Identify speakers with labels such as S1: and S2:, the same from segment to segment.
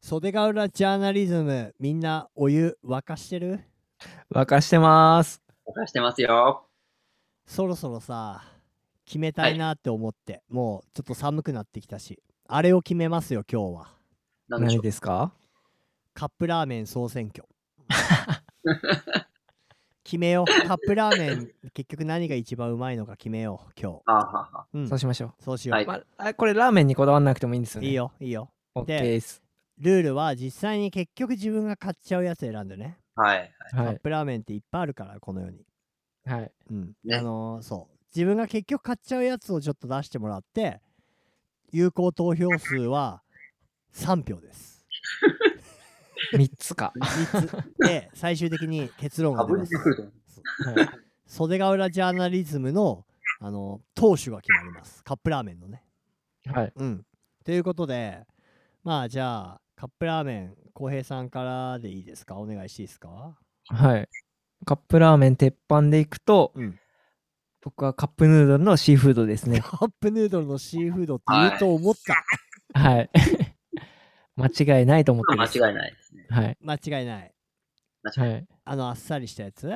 S1: 袖ヶ浦ジャーナリズム、みんなお湯沸かしてる
S2: 沸かしてます。
S3: お貸してますよ。
S1: そろそろさ、決めたいなって思って、もうちょっと寒くなってきたし、あれを決めますよ、今日は。
S3: なんでしょ
S2: 何
S3: う。
S2: ですか
S1: カップラーメン総選 挙。決めよう。カップラーメン、結局何が一番うまいのか決めよう、今
S3: あーはーは
S1: 日。うん
S2: そう、しましょ
S1: そうしよう。
S3: は
S2: う。まあ、あこれラーメンにこだわらなくてもいいんですよね。
S1: いい。よ、いいよ。
S2: オッケーです。
S1: ルールは実際に結局自分が買っちゃうやつ選んでね。
S3: ーはい。
S2: は
S1: カ
S2: い
S1: ッ。プラーメンっていっぱいあるから、この世に。
S2: はい。
S1: うん、
S3: ね
S1: あのーそう自分が結局買っちゃうやつをちょっと出してもらって有効投票数は3票です
S2: 3つか。
S1: 3つ で最終的に結論が出
S3: ぶ
S1: ま
S3: り
S1: す
S3: てくると思う。
S2: はい
S1: 袖ヶ浦ジャーナリズムの、あのー投手が決まりますカップラーメンのね
S2: はい。
S1: うんということでまあじゃあカップラーメン浩平さんからでいいですかお願いしていいですか
S2: はい。カップラーメン鉄板でいくと、
S1: うん
S2: 僕はカップヌードルのシーフードで すね。
S1: カップヌードルのシーフードって言うと思った、
S2: はい。 間違いないと思ってます。
S3: 間違いないですね。
S2: はい。
S1: 間違いない
S3: 間違い
S2: は
S3: ない。
S2: い。
S1: あのあっさりしたやつ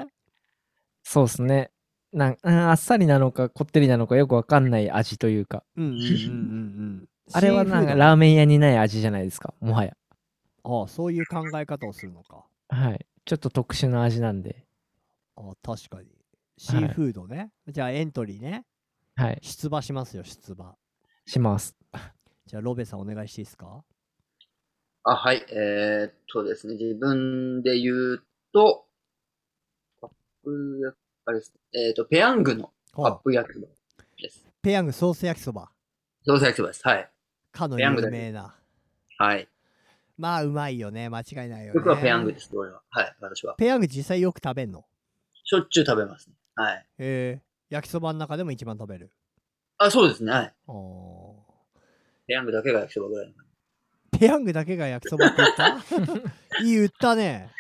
S2: そうですね。なんうんあっさりなのかこってりなのかよくわかんない味という か
S1: うんうんうんうんうん。
S2: あれはなん
S1: シーフ
S2: か
S1: ード
S2: ラーメン屋にない味じゃないですかもはや
S1: ああ、そういう考え方をするのか。
S2: はいちょっと特殊な味なんで
S1: ああ、確かに。シーフードね。じゃあエントリーね。
S2: はい
S1: 出馬しますよ、出馬。
S2: します
S1: じゃあロベさんお願いしていいですか
S3: あ、はい。えー、っとですね、自分で言うと、カップ焼あれですね。えーっと、ペヤングの
S1: ほ
S3: カッ
S1: う
S3: プ焼きそばです。
S1: ペヤングソース焼きそば。
S3: どうせ焼きそばです。はい。
S1: かの
S3: ペヤングだ
S1: 有
S3: け
S1: 名な。
S3: はい。
S1: まあ、うまいよね。間違いないよね。
S3: 僕はペヤングです、俺は。はい、私は。
S1: ペヤング実際よく食べんの。
S3: しょっちゅう食べますね。はい。
S1: えー、焼きそばの中でも一番食べる。
S3: あ、そうですね。はい。
S1: ああ
S3: ペヤングだけが焼きそばぐらいの。
S1: ペヤングだけが焼きそばって言ったいい、言った ね。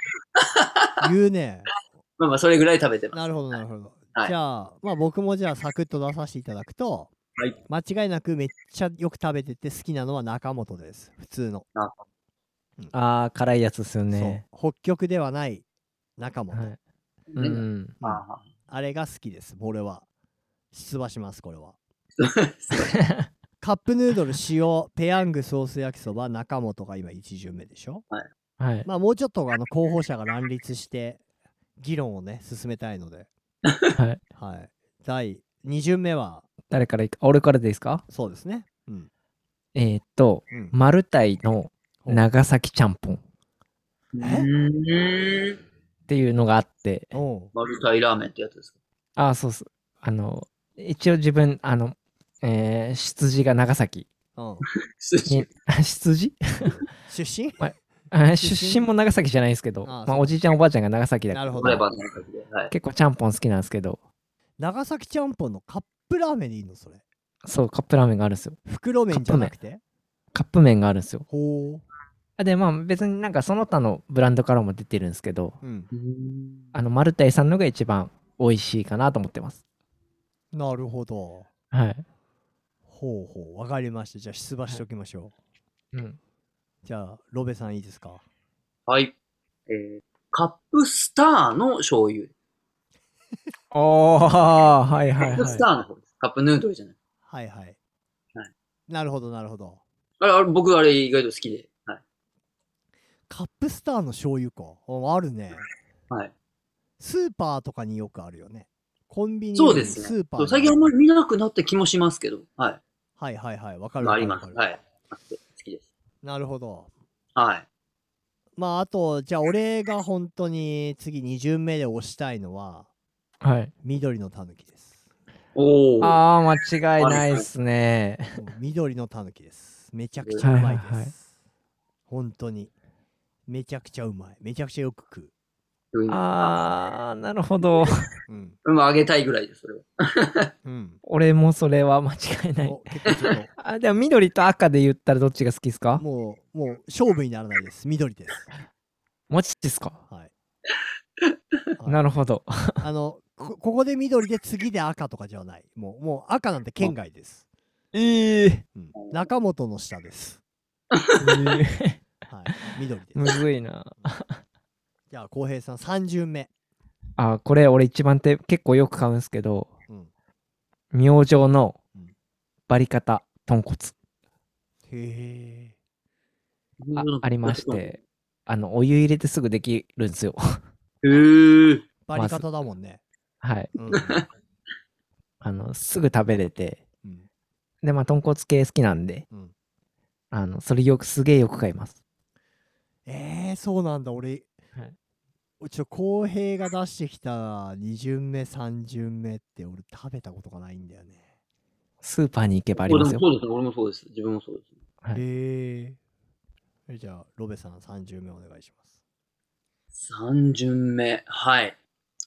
S1: 言うね。
S3: まあまあ、それぐらい食べてます。
S1: なるほどなるほど。
S3: はい
S1: じゃあ、まあ僕もじゃあサクッと出させていただくと、
S3: はい
S1: 間違いなくめっちゃよく食べてて好きなのは中本です。普通の。
S2: あー辛いやつですよね
S1: そう。北極ではない中本。
S2: はいうん
S3: あーは
S1: あれが好きです。俺は。出馬します、これ は。
S3: ーすごい
S1: カップヌードル塩、ペヤングソース焼きそば、中本が今1巡目でしょ。
S2: はい
S1: まあもうちょっとあの候補者が乱立して、議論をね、進めたいので。
S2: はい
S1: はい。第2巡目は、
S2: 誰からいくあ俺からでいいですか
S1: そうですね。うん。
S2: えーっと
S1: うん、
S2: マルタイの長崎ちゃんぽんっ
S3: うーん。
S2: ていうのがあって
S1: おう
S3: マルタイラーメンってやつですか
S2: ああそうっすあの一応自分あのえー、羊が長崎
S1: うん、
S2: に 羊
S1: 出身出
S2: あ
S1: 身
S2: 出身も長崎じゃないですけど
S1: ああ
S2: ま
S1: そ
S2: あ、
S1: う
S2: おじいちゃんおばあちゃんが長崎だ
S1: なるほ
S3: これ
S1: ど。
S3: ばの感じで。はい。
S2: 結構ちゃんぽん好きなんですけど
S1: 長崎ちゃんぽんのカップラーメンでいいのそれ。
S2: そうカップラーメンがあるんですよ
S1: 袋麺じゃなくて
S2: カップ麺があるんですよ
S1: ほ
S2: あでまあ別になんかその他のブランドからも出てるんですけど
S1: う。うん。
S2: あのマルタイさんのが一番美味しいかなと思ってます
S1: なるほど。
S2: はい、
S1: ほうほう。わかりました。じゃあ出馬しておきましょう。
S2: うん、
S1: じゃあ、ロベさんいいですか
S3: はい。えー、カップスターの醤油。
S2: おーはい
S3: カ
S2: はい
S3: ップスタ
S2: は
S3: ーの方です。カップヌードルじゃない。
S1: はいはい。
S3: はい
S1: なるほどなるほど。
S3: あれ、あれ僕あれ意外と好きで。はい。
S1: カップスターの醤油か。ああるね。
S3: はい。
S1: スーパーとかによくあるよね。コンビニ
S3: そう
S1: よ
S3: で
S1: り
S3: すね。
S1: スーパー
S3: そ
S1: に
S3: う最近あんまり見なくなった気もしますけど。はい。
S1: はいはいはい。わかる
S3: まあ、
S1: わ
S3: あ
S1: か
S3: り
S1: る。
S3: ます。はいい。あって好きです。
S1: なるほど。
S3: はい。
S1: まああと、じゃあ俺が本当に次2巡目で押したいのは、
S2: い、はい、
S1: 緑のたぬきです。
S3: おお。
S2: ああ間違いないっすね
S1: もう緑のたぬきです。めちゃくちゃうまいです。
S2: はいはいはい
S1: 本当に。めちゃくちゃうまい。めちゃくちゃよく食
S2: ああなるほど
S1: う。うん。
S3: うん、あげたいぐらいです、それは。
S1: うん。
S2: 俺もそれは間違いない
S1: お結構ちょっ
S2: あでも緑と赤で言ったらどっちが好きです
S1: と、
S2: か
S1: もう、もう勝負にならないです。緑です。
S2: もちですか
S1: はい。
S2: な
S1: る
S2: るほど
S1: あのこ、ここで緑で次で赤とかじゃない。もう、もう赤なんて県外です。
S2: ええ
S1: うん中本の下です。
S2: ー
S1: はい、緑です
S2: むずいな。
S1: じゃあ浩平さん3巡目、
S2: あ、これ俺一番手結構よく買うんすけど、
S1: うん、
S2: 明星の
S1: うん
S2: バリカタ豚骨
S1: へえ
S2: あありまし。て、あの、お湯入れてすぐできるんですよ。
S3: へー。
S1: バリ方だもんね、
S2: はい。
S1: うん
S2: あの、すぐ食べれて、
S1: うん
S2: で、まあ、豚骨系好きなんで、
S1: うん
S2: あの、それよく、すげえよく買います。
S1: えー、そうなんだ俺、
S2: はい
S1: ちょ浩平が出してきた2巡目3巡目って俺食べたことがないんだよね、
S2: スーパーに行けばあり
S3: 俺
S2: ますよ。
S3: もそうですね。俺もそうです。自分もそうです。
S2: はい
S1: へえじゃあロベさん3巡目お願いします
S3: 3巡目。はい。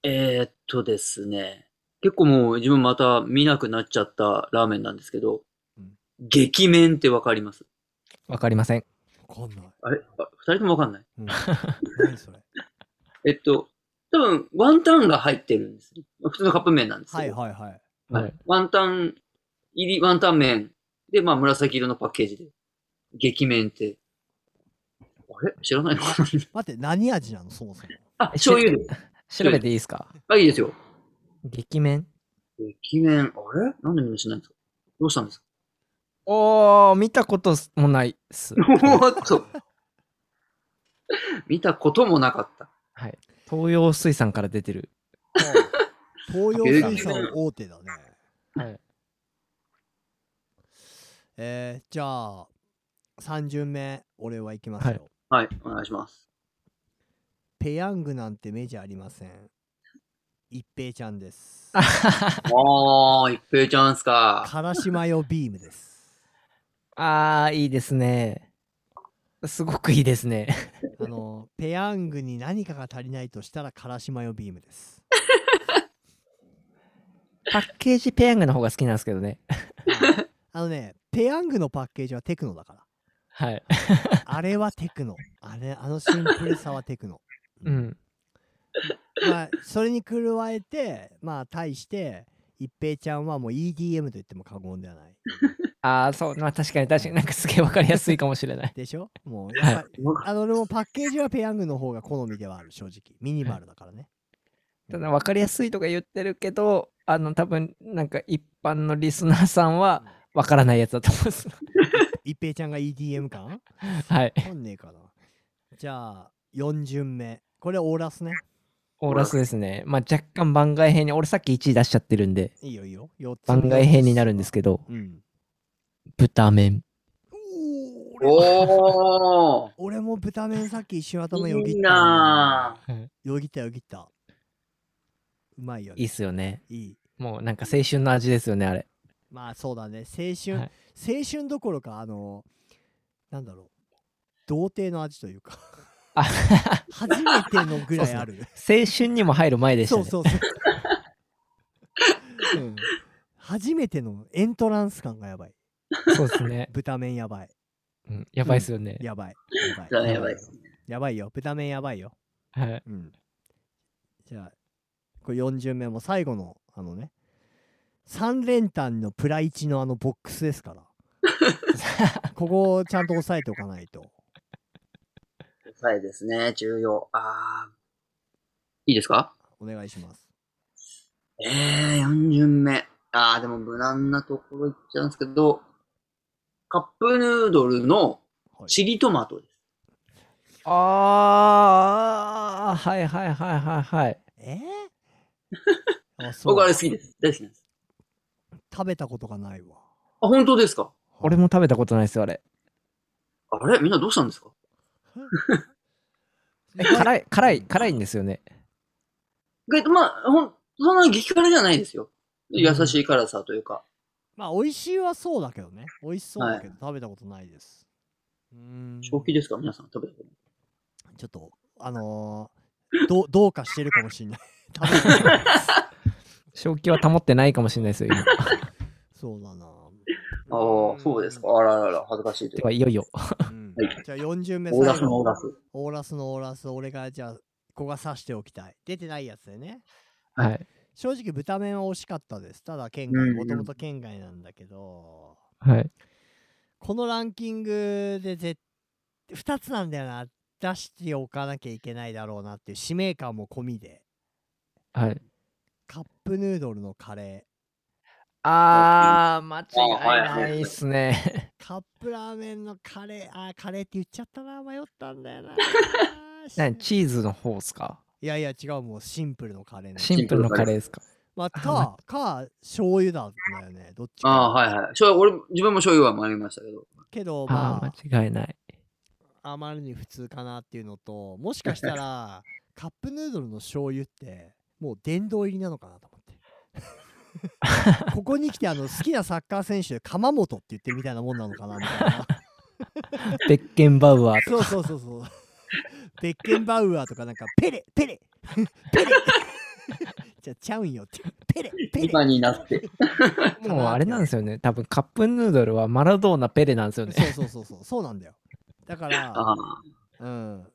S3: えー、っとですね。結構もう自分また見なくなっちゃったラーメンなんですけど、
S1: うん
S3: 激麺ってわかります
S2: わかりません。
S1: わかんない、
S3: あれあ二人ともわかんない
S1: うん、何それ
S3: えっと、多分ワンタンが入ってるんですね。まあ普通のカップ麺なんです
S1: は
S3: け
S1: い
S3: ど、
S1: はいはい
S3: はいワンタン入り、ワンタン麺で、まあ紫色のパッケージで、激麺って。あれ知らないの
S1: 待って何味なのそもそも
S3: あ、醤油で。
S2: 調べていいですか
S3: あ、いいですよ。
S2: 激麺
S3: 激麺、あれなんでみんな知らないんですかどうしたんですか
S2: おー、見たことすもないっす。
S3: おっと。見たこともなかった。
S2: はい。東洋水産から出てる。
S1: 東洋水産大手だね。
S2: はい。
S1: えー、じゃあ、3巡目、俺は行きますよ。
S2: はい
S3: はい、お願いします。
S1: ペヤングなんて目じゃありません。一平ちゃんです。
S3: ああ、一平ちゃんっすか。
S1: からしマヨビームです。
S2: あー、いいですね。すごくいいですね。
S1: あの、ペヤングに何かが足りないとしたら、からしマヨビームです。
S2: パッケージペヤングの方が好きなんですけどね。
S1: あのね、ペヤングのパッケージはテクノだか
S2: はい。
S1: ら。あれはテクノ。あれ、あのシンプルさはテクノ。
S2: うん。
S1: まあ、それに加えて、まあ、対して、一平ちゃんはもう EDM と言っても過言ではない。
S2: あー、そう、まあ確かに確かになんかすげえわかりやすいかもしれない。
S1: でしょもう、やっぱり
S3: はい
S1: あの、でもパッケージはペヤングの方が好みではある、正直。ミニマルだからね。
S2: ただわかりやすいとか言ってるけど、あの多分なんか一般のリスナーさんはわからないやつだと思うんです。
S1: 一平ちゃんが EDM 感
S2: はい。
S1: わかんねえかな。じゃあ、4巡目。これオーラスね。
S2: オーラスですね。まあ若干番外編に、俺さっき1位出しちゃってるんで、
S1: いいよいいよ。4つ目
S2: 番外編になるんですけど、
S1: うん。
S2: 豚麺。
S1: おー俺
S3: おー。
S1: 俺も豚麺さっき一瞬頭よぎ
S3: い
S1: った
S3: い
S1: んだよね。
S3: な
S1: よぎったよぎった。うまいよね。
S2: いいっすよね。
S1: いい。
S2: もうなんか青春の味ですよね、あれ。
S1: まあそうだね。青春、
S2: はい
S1: 青春どころか、あの、なんだろう。童貞の味というか。
S2: あ
S1: 初めてのぐらいある。
S2: 青春にも入る前でした
S1: そ
S2: ね。
S1: うそうそう。 うん初めてのエントランス感がやばい。
S2: そうですね。
S1: 豚麺やばい。
S2: うんやばいっすよね。
S1: やばい。や
S3: あ。
S1: ばい。
S3: やばいっすね。
S1: やばいよ。豚麺やばいよ。
S2: はい。
S1: うん。じゃあ、これ4巡目も最後の、あのね、3連単のプラ1のあのボックスです から、ここをちゃんと押さえておかないと。
S3: はいですね、重要。ああ。いいですか
S1: お願いします。
S3: ええー、4巡目。ああ、でも無難なところいっちゃうんですけど、カップヌードルの
S1: はい、
S3: チリトマトです。
S2: ああ、はいはいはいはいはい。
S1: え ー、あそう
S3: 僕あれ好きです。大好きなんです。
S1: 食べたことがないわ。
S3: あ、本当ですか
S2: 俺も食べたことないですよ、あれ。
S3: あれみんなどうしたんですか
S2: え辛い、辛い、辛いんですよね。
S3: 意外とまあ、ほん、そんなに激辛じゃないですよ。優しい辛さというか。
S1: まあ、美味しいはそうだけどね。美味しそうだけど、食べたことないです。うーん。ち
S3: 正気ですか皆さん食べたこ
S1: ょ
S3: と
S1: っと、あのー、どうどうかしてるかもしんない。食べたことない
S2: 正気は保ってないかもしれないですよ、今。
S1: そうだな。
S3: ああ、そうですか。あららら、恥ずかしいとい
S2: で
S3: うか
S2: は、いよいよ。
S1: うん
S3: は
S1: じゃあ40目
S3: オーラ
S1: 最
S3: スの
S1: 後
S3: オーラス。
S1: オーラスのオーラス俺がじゃあここが刺しておきたい出てないやつでね
S2: はい。
S1: 正直豚麺は惜しかったですただ県
S3: うん
S1: 外
S3: う
S1: も
S3: ん
S1: ともと県外なんだけど
S2: はい。
S1: このランキングで絶2つなんだよな出しておかなきゃいけないだろうなっていう使命感も込みで
S2: はい。
S1: カップヌードルのカレ
S2: あー、間
S3: あ
S2: 違
S3: はいい
S2: ないっすね。
S1: ーカップラーメンのカレーあーカレーって言っちゃったな迷ったんだよ な
S2: 何チーズの方っすか
S1: いやいや違うもうシンプルのカレーね
S2: シンプルのカレーですか
S1: まあ
S2: あ
S1: かか醤油だんだよねどっちか
S3: ああ、はいはい。醤油、俺、自分も醤油は迷いましたけど。
S1: けど
S2: あ
S1: まあ
S2: ー、間違いない。
S1: あまりに普通かなっていうのともしかしたらカップヌードルの醤油ってもう殿堂入りなのかなと思って ここに来てあの好きなサッカー選手鎌本って言ってるみたいなもんなのかなみたい な
S2: ベッケンバウアーと
S1: そうそうそうそうベッケンバウアーとかなんかペレペ レペレじゃあちゃうんよってペレペレ
S3: 今になっ て。
S1: か
S2: もうあれなんですすよね。多分カップヌードルはマラドーナペレなんですよね。
S1: そうそうそうそうそうなんだよだから
S3: ああ。
S1: うん、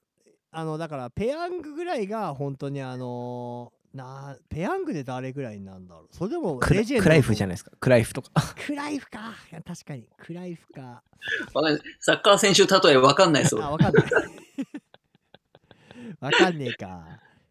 S1: あのだからペヤングぐらいが本当にあのーなペヤングで誰ぐらいになんだろうそれでも
S2: クラ
S1: レジェンド
S2: クライフじゃ
S1: い
S2: ないですか。クライフとか。
S1: クライフかいや確かにクライフか
S3: わかんない。サッカー選手例えわかんないそう。
S1: あわかんない わかんねえか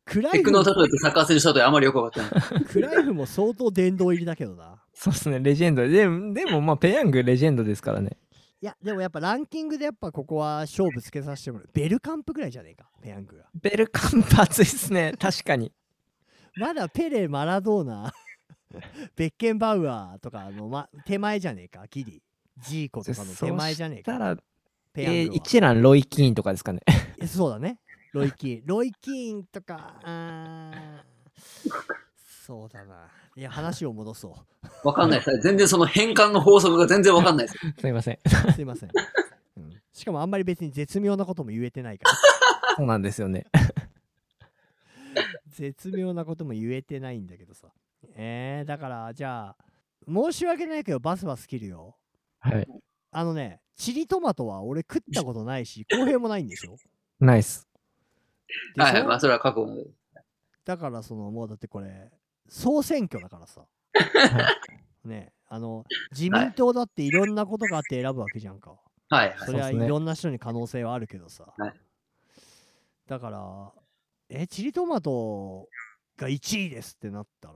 S1: クラ
S3: テ
S1: イ
S3: ク
S1: フ
S3: ノ
S1: も
S3: 例えとサッカー選手例えあんまりよくわかってない。
S1: クライフも相当殿堂入りだけどな
S2: そうですね、レジェンド。でも、でもまあ、ペヤングレジェンドですからね。
S1: いやでもやっぱランキングでやっぱここは勝負つけさせてもらうベルカンプぐらいじゃねえかペヤングが
S2: ベルカンプ熱いっすね、確かに。
S1: まだペレマラドーナベッケンバウアーとかの、ま、手前じゃねえかギリジーコとかの手前じゃねえ
S2: そ
S1: か
S2: したら、え
S1: ペヤング
S2: ー
S1: は、
S2: 一蘭ロイキーンとかですかね。
S1: えそうだねロイキーンロイキーンとかあーそうだないや話を戻そ
S3: わかんないです。全然その変換の法則が全然わかんないです。
S2: すいません。
S1: うすいません、うん、しかもあんまり別に絶妙なことも言えてないから
S2: そうなんですよね。
S1: 絶妙なことも言えてないんだけどさえー、だからじゃあ申し訳ないけどバスバス切るよ
S2: はい。
S1: あのね、チリトマトは俺食ったことない し、公平もないんでしょ
S2: ナイス。
S1: で
S3: はいは
S1: そ
S3: い。
S1: の
S3: まあ、それは覚悟で。
S1: だからそのもうだってこれ総選挙だから さ
S2: はい
S1: ねあの自民党だっていろんなことがあって選ぶわけじゃんか、
S3: はいはい。
S1: それは
S2: そうっ
S1: い
S2: すね
S1: ろんな人に可能性はあるけどさ、
S3: はい
S1: だからえチリトマトが1位ですってなったら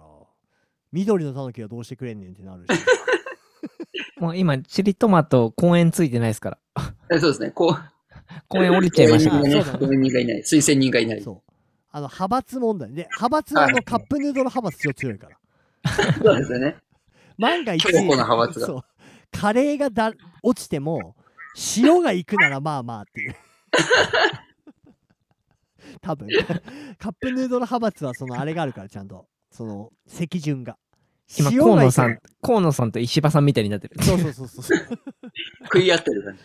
S1: 緑のたぬきはどうしてくれんねんってなるし
S2: もう今、チリトマト、公園ついてないですから。
S3: えそうですね。こう、
S2: 公園降りちゃいまし
S1: 公
S2: た
S1: 園に
S2: ね。
S3: ね。
S1: そうだね
S3: 公認人がいない。推薦人 がいない。
S1: そうあの派閥問題で派閥はあ
S3: は
S1: の
S3: い
S1: カップヌードル派閥強いから
S3: そうですよね。
S1: 万が一
S3: 強固な派閥が
S1: そうカレーがだ落ちても塩がいくならまあまあっていう 多分カップヌードル派閥はそのあれがあるからちゃんとその席順が
S2: 今、
S1: 塩が
S2: 河野
S1: いくな
S2: さ、
S1: ん
S2: 河野さんと石破さんみたいになってる。
S1: そうそうそうそうそう
S3: 食い合ってる感じ。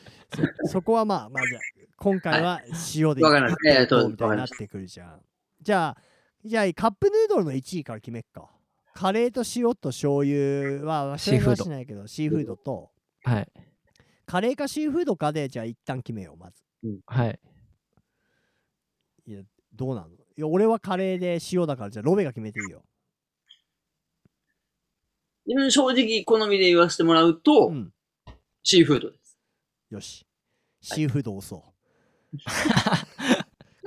S1: そこはまあまあじゃあ今回は塩で
S3: わかりましたえーと
S1: みたいになってくるじゃんじゃあじゃあカップヌードルの1位から決めっかカレーと塩と醤油は忘れはしないけどシーフードと
S2: はい。
S1: カレーかシーフードかでじゃあ一旦決めようまず
S2: はい。
S1: いやどうなのいや俺はカレーで塩だからじゃあロベが決めていいよ
S3: 自分正直好みで言わせてもらうと、
S1: うん
S3: シーフードです。
S1: よしシーフード押そう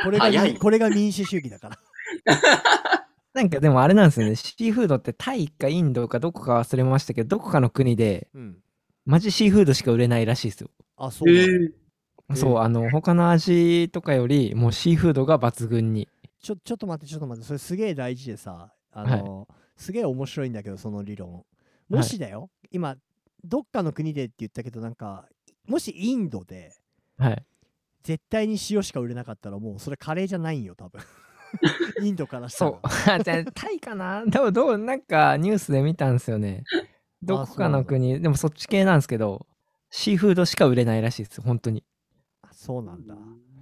S1: これが
S3: 早
S1: み
S3: い
S1: これが民主主義だから
S2: なんかでもあれなんですよね。シーフードってタイかインドかどこか忘れましたけど、どこかの国で、
S1: うん
S2: マジシーフードしか売れないらしいですよ。
S1: あそうなのえ
S2: そう、あの、他の味とかより、もうシーフードが抜群に。
S1: ちょちょっと待ってちょっと待ってそれすげえ大事でさあの、すげえ面白いんだけどその理論もしだよ、今どっかの国でって言ったけどなんかもしインドで
S2: はい。
S1: 絶対に塩しか売れなかったらもうそれカレーじゃないんよ多分インドからしたら
S2: そう。あじゃあ、タイかな でも、どう、なんか、ニュースで見たんですよね。どこかの国、でもそっち系なんですけど、シーフードしか売れないらしいです、本当に。
S1: あそうなんだ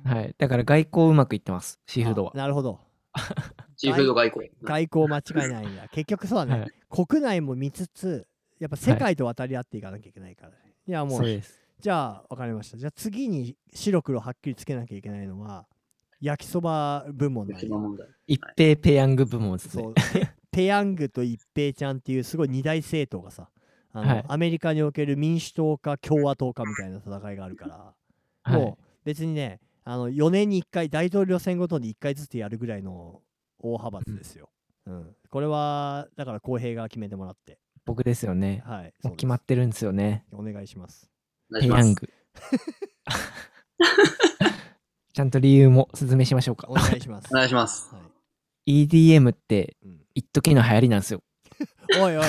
S2: はい。だから、外交うまくいってます、シーフードは
S1: あ。なるほど
S3: シーフード外交。
S1: 外交間違いないん だ結局そうだね、国内も見つつやっぱ世界と渡り合っていかなきゃいけないからね、い、やも
S2: そう
S1: う
S2: です。
S1: じゃあ分かりましたじゃあ次に白黒はっきりつけなきゃいけないのは焼きそば部門なん
S3: 一
S1: だ
S3: 番問題
S2: 一平ペヤング部門です
S1: そ
S2: ね
S1: う。 ペペヤングと一平ちゃんっていうすごい二大政党がさあの、
S2: はい
S1: アメリカにおける民主党か共和党かみたいな戦いがあるから、
S2: はい
S1: もう別にねあの4年に1回大統領選ごとに1回ずつやるぐらいの大派閥ですよ、うん、これはだから公平が決めてもらって
S2: 僕ですよね。
S1: はい
S2: もう決まっててるんですよね。
S1: お願いします
S3: お願い
S2: ペ
S3: しま
S2: ヤン
S3: す。
S2: グ。ちゃんと理由も説明しましょうか
S1: お。願いします
S3: お願いします。
S1: はい
S2: EDM って
S1: うん、
S2: 一時の流行りなんですよ。
S1: おいおい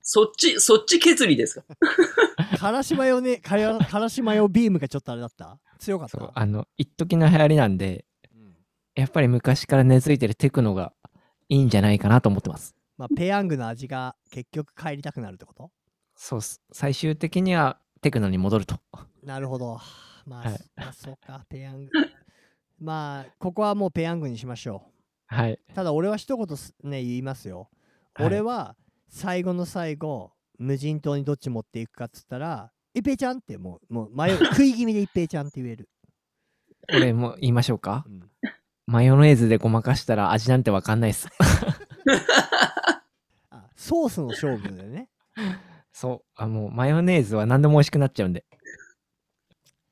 S3: そっち、そっち削りですか
S1: からしマヨねからからしマヨビームがちょっとあれだった強かった
S2: そうあの一時の流行りなんで
S1: うん
S2: やっぱり昔から根付いてるテクノがいいんじゃないかなと思ってます。
S1: まあペヤングの味が結局帰りたくなるってこと
S2: そうっす。最終的にはテクノに戻ると。
S1: なるほどまあ、
S2: はい
S1: まあそうかペヤングまあここはもうペヤングにしましょ
S2: はい。
S1: うただ俺は一言すね言いますよ、
S2: はい
S1: 俺は最後の最後無人島にどっち持っていくかっつったら一平ちゃんってもうもう迷う食い気味で一平ちゃんって言える、
S2: これも言いましょうか
S1: う。ん
S2: マヨネーズでごまかしたら味なんてわかんないっす。
S1: あソースの勝負でね
S2: そう。あもうマヨネーズは何でも美味しくなっちゃうんで。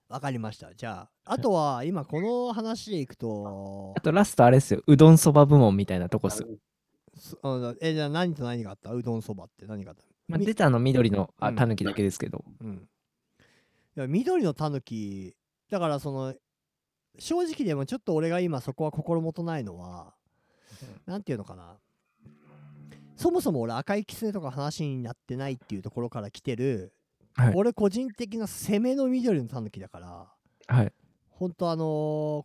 S1: わかりましたじゃああとは今この話でいくと
S2: あとラストあれですよ。うどんそば部門みたいなとこっすよ。
S1: そあのえじゃあ何と何があったうどんそばって何があった、
S2: まあ、
S1: み
S2: 出たの緑の
S1: う
S2: あ
S1: ん
S2: タヌキだけですけど。
S1: うん、いや緑のたぬきだからその正直でもちょっと俺が今そこは心もとないのはなんていうのかなそもそも俺赤いキツネとか話になってないっていうところから来てる、
S2: はい
S1: 俺個人的な攻めの緑のたぬきだから
S2: はい。
S1: 本当あのー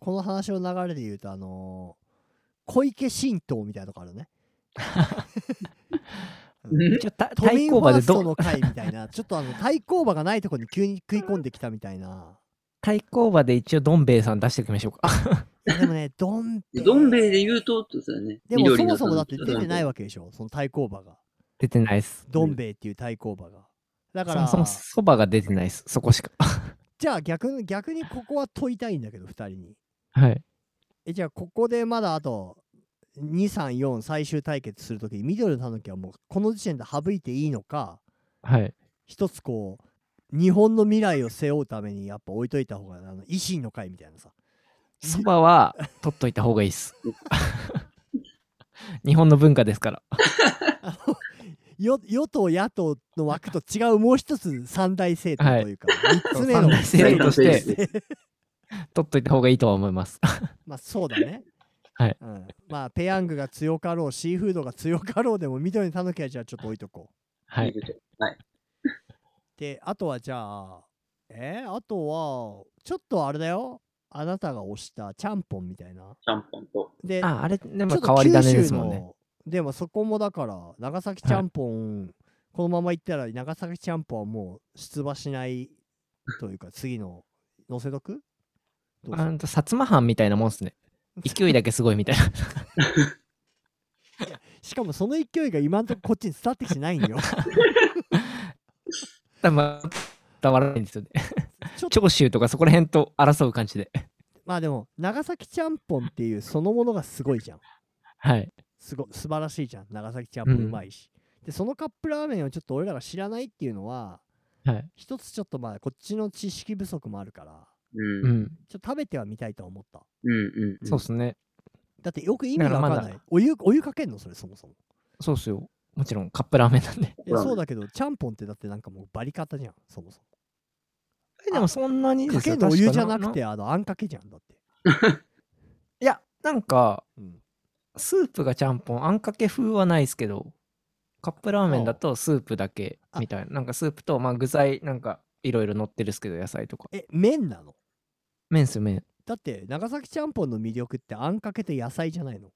S1: この話の流れで言うとあのー小池神道みたいなとこある ね
S3: うん
S2: ちょた
S1: 都
S2: 対
S1: 民
S2: 抗
S1: フ
S2: 馬
S1: ァー
S2: で
S1: スト
S2: ど
S1: の会みたい なちょっとあの対抗馬がないとこに急に食い込んできたみたいな
S2: 対抗馬で一応どん兵衛さん出しておきましょうか。
S1: いやでもねどん
S3: でどん兵衛で言うとってことですよね。
S1: でもそもそもだって
S3: 緑の
S1: 出てない
S3: わ。
S1: わけでしょその対抗馬が
S2: 出てないっす。
S1: どん兵衛っていう対抗馬がだか
S2: そも
S1: ら
S2: そもそばが出てないっす。そこしか。
S1: じゃあ逆に逆にここは問いたいんだけど2人に
S2: はい。
S1: えじゃあここでまだあと234最終対決するときに緑のたぬきはもうこの時点で省いていいのか
S2: はい。
S1: 一つこう日本の未来を背負うためにやっぱ置いといた方があの維新の会みたいなさ
S2: そばは取っといた方がいいっす。日本の文化ですから。
S1: よ与党野党の枠と違うもう一つ三大政党というか、三つ目
S2: 三
S1: の
S2: 大政党と
S3: 三大
S2: し
S3: 政
S2: て取っといた方がいいとは思います。
S1: まあそうだね
S2: はい、
S1: うん、まあペヤングが強かろうシーフードが強かろうでも緑のたぬきはじゃあちょっと置いとこう
S2: はい。
S1: であとはじゃあえー、あとはちょっとあれだよあなたが押したちゃんぽんみたいな
S3: シャンポンと。
S1: で
S2: あ、あれ、で
S1: ちょ
S2: も
S1: っと
S2: 変わり
S1: 九
S2: 種で
S1: 州
S2: すもんね。
S1: のでもそこもだから長崎ちゃんぽん、このまま行ったら長崎ちゃんぽんはもう出馬しないというか 次の乗せとくどうす
S2: あ
S1: る
S2: んと薩摩藩みたいなもんっすね。勢いだけすごいみたいな。
S1: しかもその勢いが今んとここっちに伝わってきてないん よ
S2: 多分伝わらないんですよね。
S1: ちょっと
S2: 長州とかそこら辺と争う感じで。
S1: まあでも長崎ちゃんぽんっていうそのものがすごいじゃん
S2: はい。
S1: すご素晴らしいじゃん長崎ちゃんぽんうまいし、でそのカップラーメンをちょっと俺らが知らないっていうのは
S2: はい。
S1: 一つちょっとまあこっちの知識不足もあるから
S3: うん。
S2: う
S3: うん
S2: ん。
S1: ちょっと食べてはみたいとは思った
S3: うん。
S2: そうっすね。
S1: だってよく意味がわか
S2: だ
S1: ん
S2: か
S1: な
S2: ら
S1: い。お湯お湯かけんのそれそもそも。
S2: そうっすよ。もちろんカップラーメンなんで。
S1: いや
S3: うん
S1: そうだけど、ちゃんぽんってだってなんかもうバリ方じゃん、そもそ
S2: えでもそんなに
S1: も。
S2: で
S1: か
S2: すよ
S1: けんのお湯じゃ
S2: 確か
S1: なくて、あの、あんかけじゃんだって。
S2: いや、なんか、
S1: うん
S2: スープがちゃんぽん、あんかけ風はないですけど、カップラーメンだとスープだけ
S1: あ
S2: みたいな。なんかスープと、まあ具材、なんかいろいろ乗ってるっすけど、野菜とか。
S1: え、麺なの
S2: 麺っすよ、麺。い
S1: だって、長崎ちゃんぽんの魅力ってあんかけと野菜じゃないの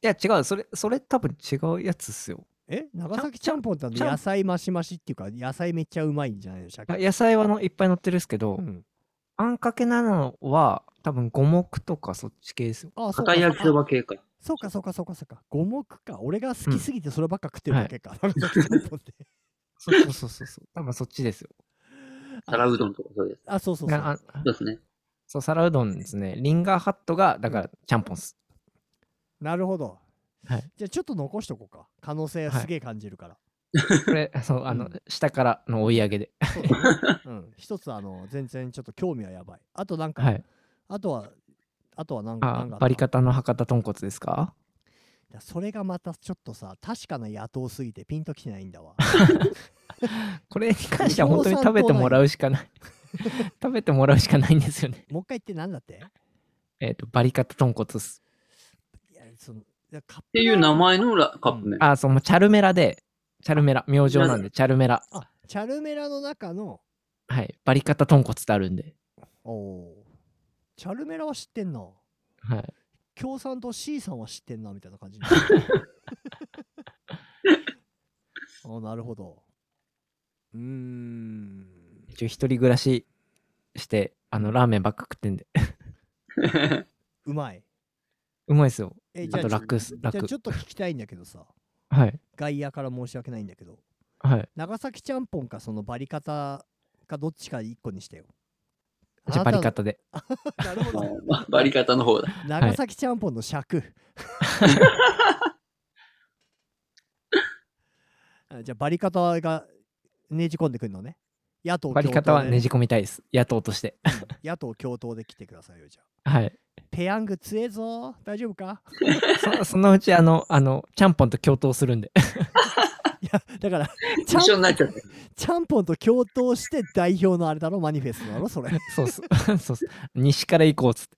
S2: や、違う、それ、それ多分違うやつっすよ。
S1: え長崎ちゃんぽんってあの
S2: ちゃん
S1: 野菜マシマシっていうか、野菜めっちゃうまいんじゃないのシャ
S2: あ
S1: キ
S2: 野菜はのいっぱい乗ってるっすけど、
S1: うん
S2: あんかけなのは、多分五目とかそっち系ですよ。
S1: ああ、そうか
S3: 赤い焼きそば系か。
S1: そうか、そうか、そうか、そうか。五目か。俺が好きすぎてそればっか食ってるだけか。長崎ちゃんぽんって。
S2: そうそうそうそうそう。多分そっちですよ。
S3: 皿うどんとかそうです。
S1: あ、そうそうそ
S2: な
S1: う。
S2: あ
S3: そうですね。
S2: そう、皿うどんですね。リンガーハットが、だから、ちゃんぽんっす。
S1: なるほど。
S2: はい
S1: じゃあちょっと残しとこうか。可能性すげえ感じるから。
S2: これ、そう、あの、下からの追い上げで。
S1: そうだねうん、一つあの全然ちょっと興味はやばいあとなんか、
S2: はい。
S1: あとはあとはなんかなん
S2: あ
S1: かあった
S2: バリカタの博多豚骨ですか
S1: いやそれがまたちょっとさ確かな野党すぎてピンときてないんだわ
S2: これに関しては本当に食べてもらうしか ない。食べてもらうしかないんですよね。
S1: もう一回言ってなんだって
S2: えっ、と、バリカタ豚骨っす。
S1: いやそのいやカップ
S3: ていう名前のラカップ麺。
S2: あ、そう、もうチャルメラで、チャルメラ、明星なんで、チャルメラ。
S1: あチャルメラの中の
S2: はい。バリカタ豚骨ってあるんで。
S1: おおーチャルメラは知ってんな
S2: はい。
S1: 共産党 C さんは知ってんなみたいな感じあ ーなるほどうーん
S2: 一応一人暮らしして、あの、ラーメンばっか食ってんで。
S1: うまいう
S2: まいですよ。
S1: えじ
S2: あ
S1: ゃあ
S2: と
S1: じゃ
S2: 楽っす。
S1: あちょ
S2: 楽。
S1: っと聞きたいんだけどさ
S2: はい。
S1: 外野から申し訳ないんだけど
S2: はい。
S1: 長崎ちゃんぽんかそのバリカタかどっちか一個にしてよ。
S2: じゃあバリカ
S1: タ。
S2: タで。
S1: なるほど。
S3: バリカタの方だ。
S1: 長崎ちゃんぽんの 尺。あじゃあバリカタがねじ込んでくるのね。野党
S2: バリカタは
S1: で
S2: ねじ込みたいです。野党として。
S1: うん野党共闘で来てくださいよじゃあ。
S2: はい。
S1: ペヤング強えぞ大丈夫 か
S2: そそのうち、あの、あの、ちゃんぽんと共闘するんで。
S1: いやだからち
S3: 一
S1: ゃん
S3: 緒になっちゃった。
S1: ちゃんぽんと共闘して代表のあれだろマニフェストだろそ れ。
S2: そうっす。そうっす。西から行こうっつって。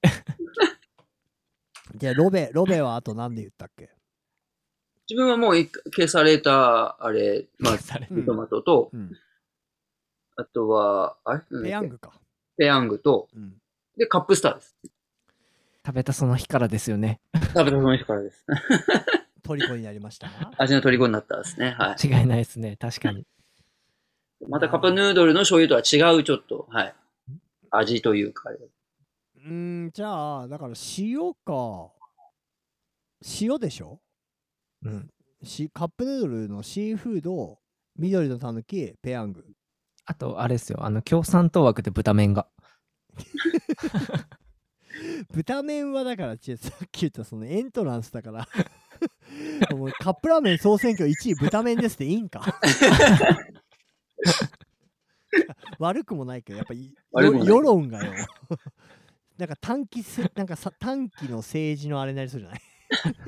S1: じゃあロベロベはあと何で言ったっけ
S3: 自分はもう一回消された、あれ、ま あ、
S2: され
S1: うん
S3: トマトと、
S1: うん
S3: あとは、あれなんだ
S1: ペヤング
S3: っけ
S1: か。
S3: ペヤングと、
S1: うん
S3: で、カップスター です。
S2: 食べたその日からですよね。
S3: 食べたその日からです。
S1: 虜になりま したな
S3: 味の虜になったですね。はい。
S2: 違いないですね。確かに。
S3: またカップヌードルの醤油とは違う、ちょっと、はい。味というか、
S1: うーんじゃあだから塩か塩でしょ
S2: うん。
S1: しカップヌードルのシーフード緑のたぬきペヤング
S2: あと、あれですよ。あの、共産党枠で豚麺が。
S1: 豚麺はだからちさっき言ったそのエントランスだから もうカップラーメン総選挙1位豚麺ですっていいん か悪くもないけどやっぱり
S3: 悪くもない
S1: 世論がよ なんか短期せなんかさ短期の政治のあれになりそうじゃない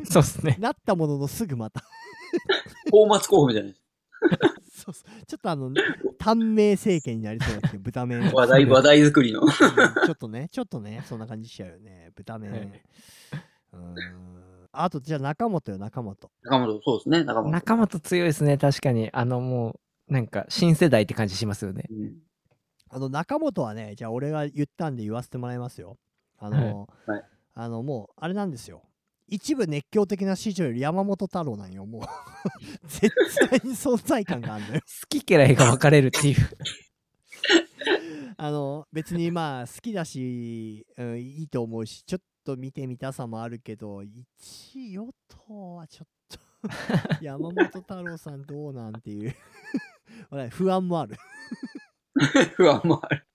S2: そうっすね。
S1: なったもののすぐまた
S3: 泡沫候補みたいな。
S1: そうそうちょっとあの短命政権になりそうだけど豚麺
S3: 話題、話題作りの。
S1: うんちょっとねちょっとねそんな感じしちゃうよね豚麺、
S2: はい
S1: うんあとじゃあ中本よ中本
S3: 中本、そうですね、中本。
S2: 仲間と強いですね。確かに。あの、もう、なんか、新世代って感じしますよね。
S3: うん
S1: あの中本はねじゃあ俺が言ったんで言わせてもらいますよあの、
S3: はいはい
S1: あのもうあれなんですよ一部熱狂的な市場より山本太郎なんよも う絶対に存在感があるのよ
S2: 好き嫌いが分かれるっていう。
S1: あの別にまあ好きだし、うん、いいと思うしちょっと見てみたさもあるけど一与党はちょっと 山本太郎さんどうなんていう俺不安もある
S3: 不安もある。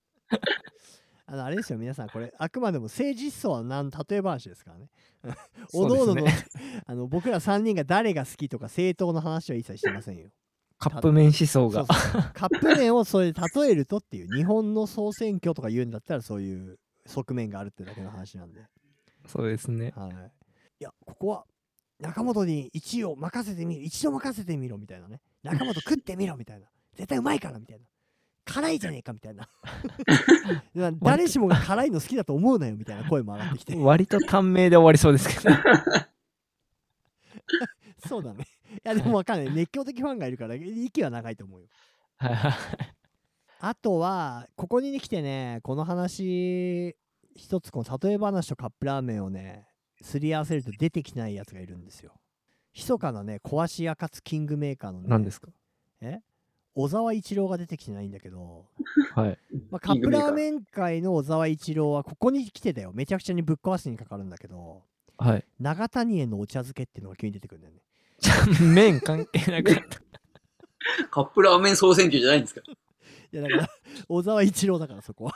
S1: あのあれですよ皆さんこれあくまでも政治思想は何例え話ですからね
S2: そ
S1: お
S2: うで
S1: の
S2: す
S1: お
S2: ね
S1: ののあの僕ら3人が誰が好きとか政党の話は一切してませんよ
S2: カップ麺思想が。
S1: そうそうカップ麺をそれで例えるとっていう日本の総選挙とか言うんだったらそういう側面があるってだけの話なんで
S2: そうですね。
S1: はい、いやここは中本に1位を任せてみる一度任せてみろみたいなね中本食ってみろみたいな絶対うまいからみたいな辛いじゃねえかみたい なな誰しもが辛いの好きだと思うなよみたいな声も上がってきて
S2: 割と短命で終わりそうですけど。
S1: そうだねいやでもわかんない熱狂的ファンがいるから息は長いと思うよあとはここに来てねこの話一つこの例え話とカップラーメンをねすり合わせると出てきないやつがいるんですよ密かなね壊し屋かつキングメーカーのね
S2: 何ですか
S1: 小沢一郎が出てきてないんだけど、
S2: はい。
S1: まあ、カ
S3: キン
S1: ップ
S3: グメーカー
S1: ラーメン界の小沢一郎はここに来てだよめちゃくちゃにぶっ壊すにかかるんだけど
S2: はい。
S1: 長谷へのお茶漬けっていうのが急に出てくるんだよね
S2: じゃあ、麺関係なくなった。
S3: カップラーメン総選挙じゃないんですか。
S1: いやだから 小沢一郎だからそこは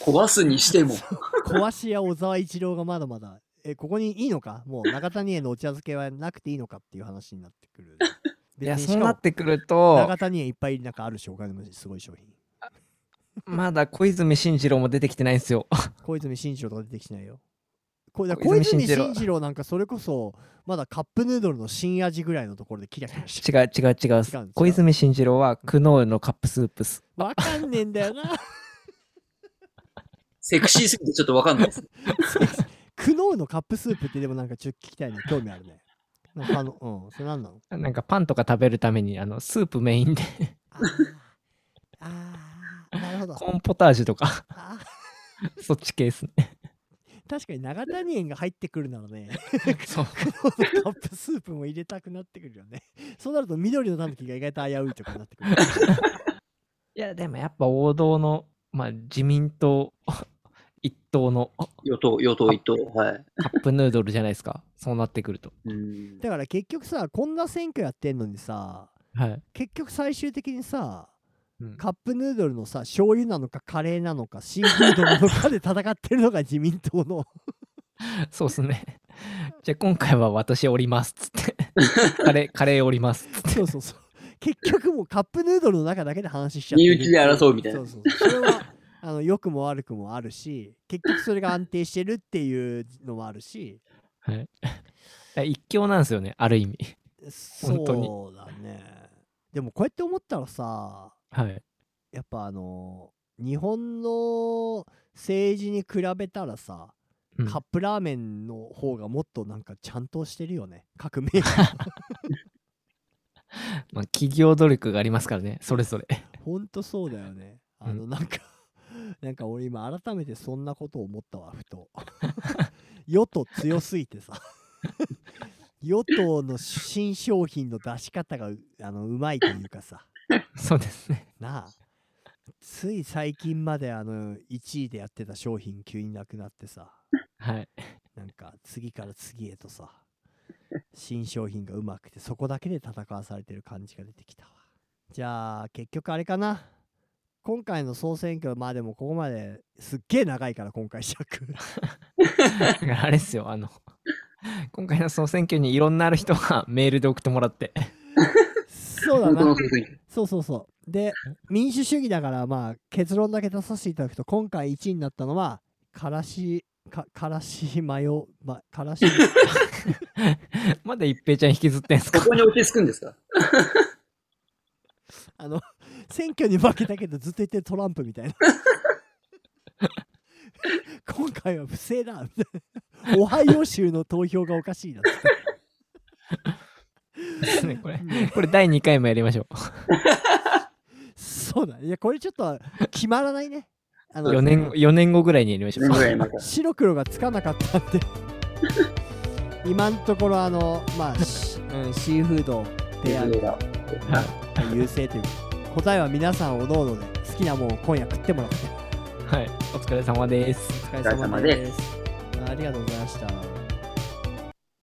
S3: 壊すにしても。
S1: 壊し屋小沢一郎がまだまだえここにいいのかもう長谷へのお茶漬けはなくていいのかっていう話になってくる
S2: いや、
S1: 別に
S2: そ
S1: し
S2: うな
S1: かも
S2: ってくると
S1: 長、谷園いっぱいなんかあるしお金もすごい商品
S2: まだ小泉進次郎も出てきてないんですよ。
S1: 小泉進次郎とか出てきてないよこだから
S2: 小
S1: 小
S2: 泉
S1: 泉
S2: 進次郎
S1: 進次郎なんかそれこそまだカップヌードルの新味ぐらいのところでキラキラして
S2: 違う違う違う
S1: 違う
S2: 小泉進次郎はクノールのカップスープス。
S1: わかんねえんだよな
S3: セクシーすぎてちょっとわかんない です。
S1: クノールのカップスープってでもなんかちょっと聞きたいね興味あるねなんかあのうんそれなんなの
S2: なんかパンとか食べるためにあのスープメインで
S1: ああーなるほど
S2: コーンポタージュとか
S1: あー
S2: そっち系ですね。
S1: 確かに 長谷園が入ってくるならね
S2: そう
S1: このカップスープも入れたくなってくるよね。 そうなると緑のタヌキが意外と危ういとかになってくる。
S2: いやでもやっぱ王道の、まあ、自民党一党のカ
S3: 与党、与党、一党。はい。
S2: ップヌードルじゃないですかそうなってくると。
S3: うん
S1: だから結局さこんな選挙やってんのにさ
S2: はい、
S1: 結局最終的にさ
S2: うん
S1: カップヌードルのさ醤油なのかカレーなのかシーフードなのかで戦ってるのが自民党の
S2: そうですね。じゃあ今回は私おりますっつ ってカレーカレーおりますっつって
S1: そうそうそう 結局もうカップヌードルの中だけで話しちゃってる
S3: 身内で争うみたいな
S1: そうそうそうそれはあの良くも悪くもあるし結局それが安定してるっていうのもあるし
S2: はい、一強なんですよねある意味。本当に
S1: そうだねでもこうやって思ったらさ
S2: はい、
S1: やっぱあの日本の政治に比べたらさ、
S2: うん
S1: カップラーメンの方がもっとなんかちゃんとしてるよね革 命
S2: まあ、企業努力がありますからねそれぞれ。
S1: ほんとそうだよねあのなんか、 なんか俺今改めてそんなことを思ったわふと 与党強すぎてさ 与党の新商品の出し方がうあのうまいというかさ
S2: そうですね。
S1: なあつい最近まであの1位でやってた商品急になくなってさ
S2: はい。
S1: なんか次から次へとさ新商品がうまくてそこだけで戦わされてる感じが出てきたわじゃあ結局あれかな今回の総選挙まあでもここまですっげえ長いから今回尺
S2: だからあれですよ、あの、今回の総選挙にいろんなある人が メールで送ってもらって、
S1: そうだ
S3: 本当
S1: な
S3: の総選挙
S1: そうそうそうで民主主義だからまあ結論だけ出させていただくと今回1位になったのはからしかからしマヨまからし
S2: まだ一平ちゃん引きずってんすか
S3: ここに落ち着くんですか
S1: あの選挙に負けたけどずっと言ってるトランプみたいな今回は不正だみ たいなオハイオ州の投票がおかしいなっつって
S2: です ね、これ。これ第2回もやりましょ
S1: そうだねいやこれちょっと決まらないねあ
S2: う。
S1: の
S2: 4年後、4年後ぐらいにやりましょ。
S3: 年ぐらいうまた。
S1: 白黒がつかなかったんで 今のところあのまあ、しうん、シーフードペア
S3: が。
S1: 優勢という答えは皆さんおのおので好きなもんを今夜食ってもらって
S2: はい。お疲れ様です。
S1: お疲れ様ですありがとうございました